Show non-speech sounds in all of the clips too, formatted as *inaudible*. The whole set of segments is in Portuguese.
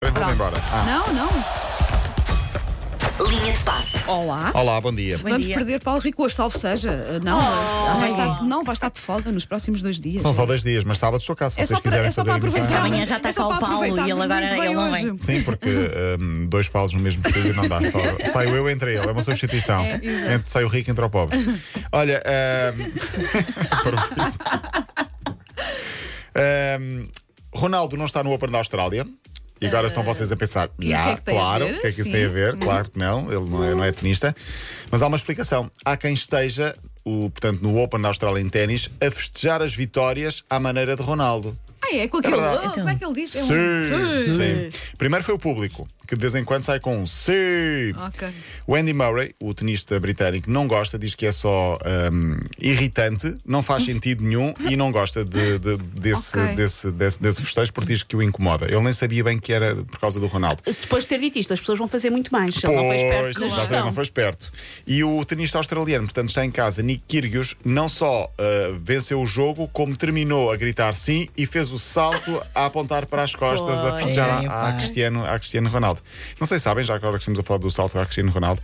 também vou Pronto. embora. Ah. Não, não. Linha de passe. Olá. Olá, bom dia. Vamos dia. Oh. perder Paulo Ricoeur, salvo seja. Ah, Não, vai estar, não, vai estar de folga nos próximos dois dias. São só dois dias, mas sábado estou cá, se É vocês só para, quiserem é só fazer para emissão. aproveitar. Amanhã já está é só cá o para Paulo e ele aproveitarmos agora- muito bem ele não vem. hoje. Sim, porque hum, dois paus no mesmo estúdio não dá. Só, saio eu, entre ele. É uma substituição. entre, sai o rico, entra o pobre. Olha. hum, *laughs* para o riso. Hum, Ronaldo não está no Open da Austrália. E agora estão vocês a pensar, "Ya, Ah. que é que tem a claro, ver?" o que é que isso Sim. Uhum. tem a ver? Claro que não, ele não é, não é tenista. Mas há uma explicação. Há quem esteja, o, portanto, no Open da Austrália em ténis, a festejar as vitórias à maneira de Ronaldo. Ah, é? Com aquele. É verdade. Oh, Como é que ele diz? É um- Sim, sim. Primeiro foi o público, que de vez em quando sai com um sim. Ok. O Andy Murray, o tenista britânico, não gosta, diz que é só hum, irritante, não faz sentido nenhum e não gosta de- de- desse, Ok. desse, desse, desse festejo porque diz que o incomoda. Ele nem sabia bem que era por causa do Ronaldo. Depois de ter dito isto, as pessoas vão fazer muito mais. Ele não foi esperto na exatamente, gestão. não foi esperto. E o tenista australiano, portanto, está em casa, Nick Kyrgios, não só ah, venceu o jogo, como terminou a gritar sim e fez o salto a apontar para as costas, a Pois. festejar Ei, a, a pá. Cristiano, a Cristiano Ronaldo. Não sei se sabem, já agora que estamos a falar do salto a Cristiano Ronaldo,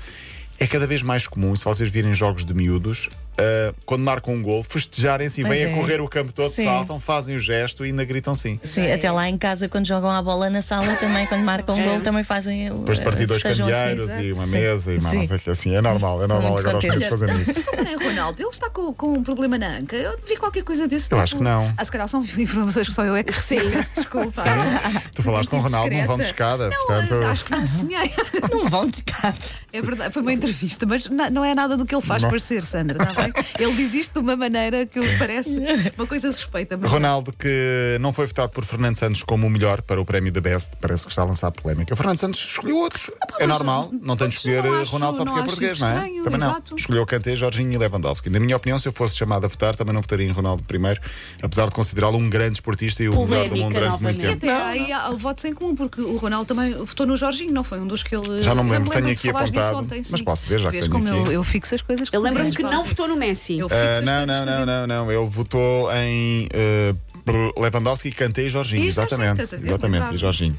é cada vez mais comum, se vocês virem jogos de miúdos, ah, quando marcam um gol, festejarem-se e Pois vêm a é. correr o campo todo, Sim. saltam, fazem o gesto e ainda gritam sim. Sim, até lá em casa, quando jogam a bola na sala, também, quando marcam um gol, também fazem. o- É. Depois de partir dois festejam candeeiros assim, e exato. uma Sim. mesa e mais não Sim. sei o que assim. É normal, é normal Muito agora os contente. miúdos fazerem isso. Não é Ronaldo, ele está com, com um problema na anca. Eu devia qualquer coisa desse Eu tipo. acho que não. Ah, se calhar são *laughs* informações que só eu é que recebo. Peço desculpa. *laughs* Tu falaste com o Ronaldo, não vamos de escada. Não, portanto, eu acho que não *laughs* sonhei. Não vão de cara. É verdade, foi uma entrevista, mas na- não é nada do que ele faz Não. parecer, Sandra, está bem? Ele diz isto de uma maneira que parece uma coisa suspeita. Mas Ronaldo, que não foi votado por Fernando Santos como o melhor para o prémio da Best, parece que está a lançar polémica. O Fernando Santos escolheu outros. é Ah, mas, normal, não tem de pois, escolher não eh, acho- Ronaldo só não porque é português, acho isso não é? estranho, também exato. não. Escolheu Kanté, Jorginho e Lewandowski. Na minha opinião, se eu fosse chamado a votar, também não votaria em Ronaldo primeiro, apesar de considerá-lo um grande esportista e o melhor do Polémica, mundo durante muito novamente. tempo. até aí há votos em comum, porque o Ronaldo também votou no Jorginho, não foi um dos que ele. Já não me lembro, Eu tenho de aqui falares disso apontado, ontem, mas sim. posso ver, já que Vês tenho como aqui. eu, eu fixo as coisas que Eu tu lembro-me dizes, que Paulo. não votou no Messi. Eu fixo Ah, as não, não, coisas que não, tu dizes. não, não. Ele votou em eh, por Lewandowski, Kanté e Jorginho. E Jorginho, exatamente. estás a ver? exatamente, Lembrava. e Jorginho.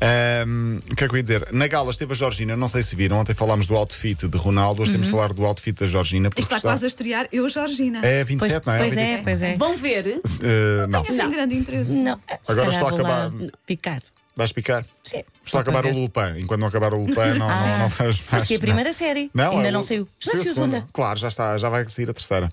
Ahm, o que é que eu ia dizer? Na gala esteve a Jorgina, não sei se viram. Ontem falámos do outfit de Ronaldo, hoje Uhum. temos de falar do outfit da É Georgina. Porque Isto está quase a estrear, eu, Georgina. É Pois, 27, não é? pois é, pois é. Vão ver. Eh, não, é Sem grande interesse. Não, se Agora calhar estou a vou lá acabar. Picar. vais picar. Sim. Ah. Estou a acabar o Lupin. Enquanto não acabar o Lupin, não, não, não faz mais. Mas que é a primeira série. Não, Ainda é não o- saiu. Já saiu a saiu a segunda. segunda. Claro, já está, já vai sair a terceira.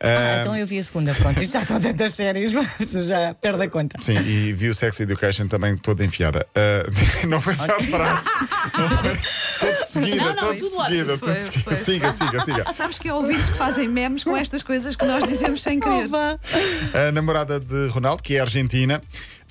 Ah, Ahm, então eu vi a segunda, pronto. Isto já são tantas séries, *laughs* mas você já perde a conta. Sim, e vi o Sex Education também toda enfiada. Ah, *laughs* não foi para a frase. Não foi- Tudo de seguida, Não, não, tudo de tudo seguida, ótimo. tudo de Foi, seguida. Siga, foi. siga, siga. Sabes que há ouvintes que fazem memes com estas coisas que nós dizemos sem querer. Opa. A namorada de Ronaldo, que é argentina,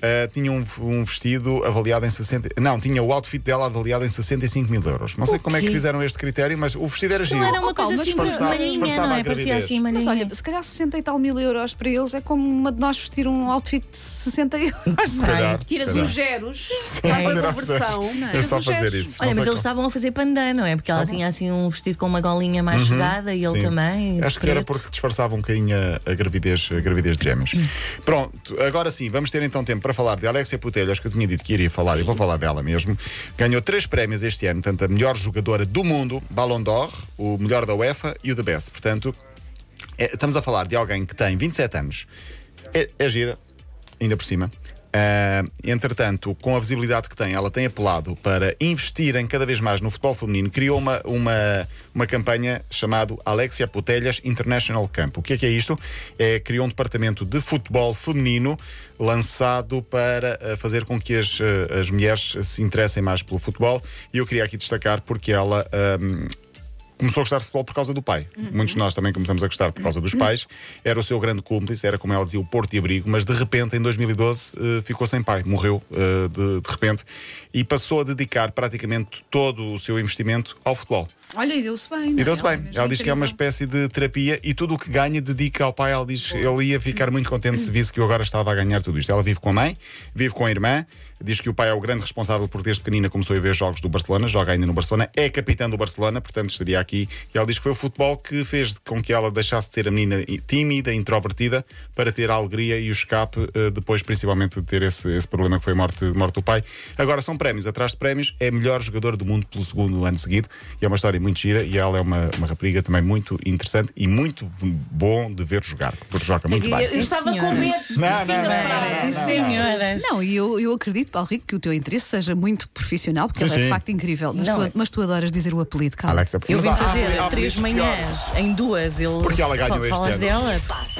ah, tinha um, um vestido avaliado em 60. Não, tinha o outfit dela avaliado em 65 mil euros. Não sei O como é que quê? fizeram este critério, mas o vestido era Não giro. era uma Oh, Paulo, coisa mas simples, disfarçava- maninha, disfarçava não a é? Parecia gravidez. assim, Mas maninha. olha, se calhar 60 e tal mil euros para eles é como uma de nós vestir um outfit de 60 euros. Se calhar, se Tiras calhar. os geros. Faz é uma isso. conversão. É tiras só os fazer geros. isso. Olha, Não mas sei eles como. estavam a fazer pandan, não é? Porque ela tinha assim um vestido com uma golinha mais chegada e ele Uhum. Sim. também. Acho que era preto. Hum. porque disfarçava um bocadinho a, a gravidez, a gravidez de gêmeos. Pronto, agora sim, vamos ter então tempo para falar de Alexia Putelho. Acho que eu tinha dito que iria falar e vou falar dela mesmo. Ganhou três prémios este ano, tanto a melhor jogadora do mundo, Ballon d'Or, o melhor da UEFA e o The Best. Portanto, é, estamos a falar de alguém que tem 27 anos, é, é gira, ainda por cima. Ah, entretanto, com a visibilidade que tem, ela tem apelado para investirem cada vez mais no futebol feminino. Criou uma, uma, uma campanha chamada Alexia Putelhas International Camp. O que é que é isto? É, criou um departamento de futebol feminino lançado para ah, fazer com que as, ah, as mulheres se interessem mais pelo futebol. E eu queria aqui destacar porque ela ah, começou a gostar de futebol por causa do pai. Muitos de nós também começamos a gostar por causa dos pais. Era o seu grande cúmplice, era como ela dizia, o Porto e Abrigo, mas de repente, em 2012, eh, ficou sem pai, morreu eh, de, de repente e passou a dedicar praticamente todo o seu investimento ao futebol. Olha, e deu-se bem. não E é? deu-se Ela bem. mesmo Ela diz que é uma incrível. espécie de terapia e tudo o que ganha dedica ao pai. Ela diz ele ia ficar muito contente se visse que eu agora estava a ganhar tudo isto. Ela vive com a mãe, vive com a irmã, diz que o pai é o grande responsável por desde pequenina começou a ver jogos do Barcelona, joga ainda no Barcelona, é capitão do Barcelona, portanto estaria aqui. E ela diz que foi o futebol que fez com que ela deixasse de ser a menina tímida, introvertida, para ter a alegria e o escape, eh, depois principalmente de ter esse, esse problema que foi a morte, morte do pai. Agora são prémios, atrás de prémios, é melhor jogador do mundo pelo segundo ano seguido. E é uma história muito gira e ela é uma, uma rapariga também muito interessante e muito bom de ver jogar, porque joga muito Eu- bem. eu estava senhora. com medo. Não, não, não, Ah, não, Sim, não, não. senhoras. Não, e eu, eu acredito, Paulo Rico, que o teu interesse seja muito profissional, porque Sim, ele é de sim. facto incrível. Mas, Não, tu, é- mas tu adoras dizer o apelido, Carlos. Alexa, Eu mas vim há- há- fazer há três apelidos piores. manhãs em duas. Ele Ah, Porque ela ganhou fa- este falas ano. dela.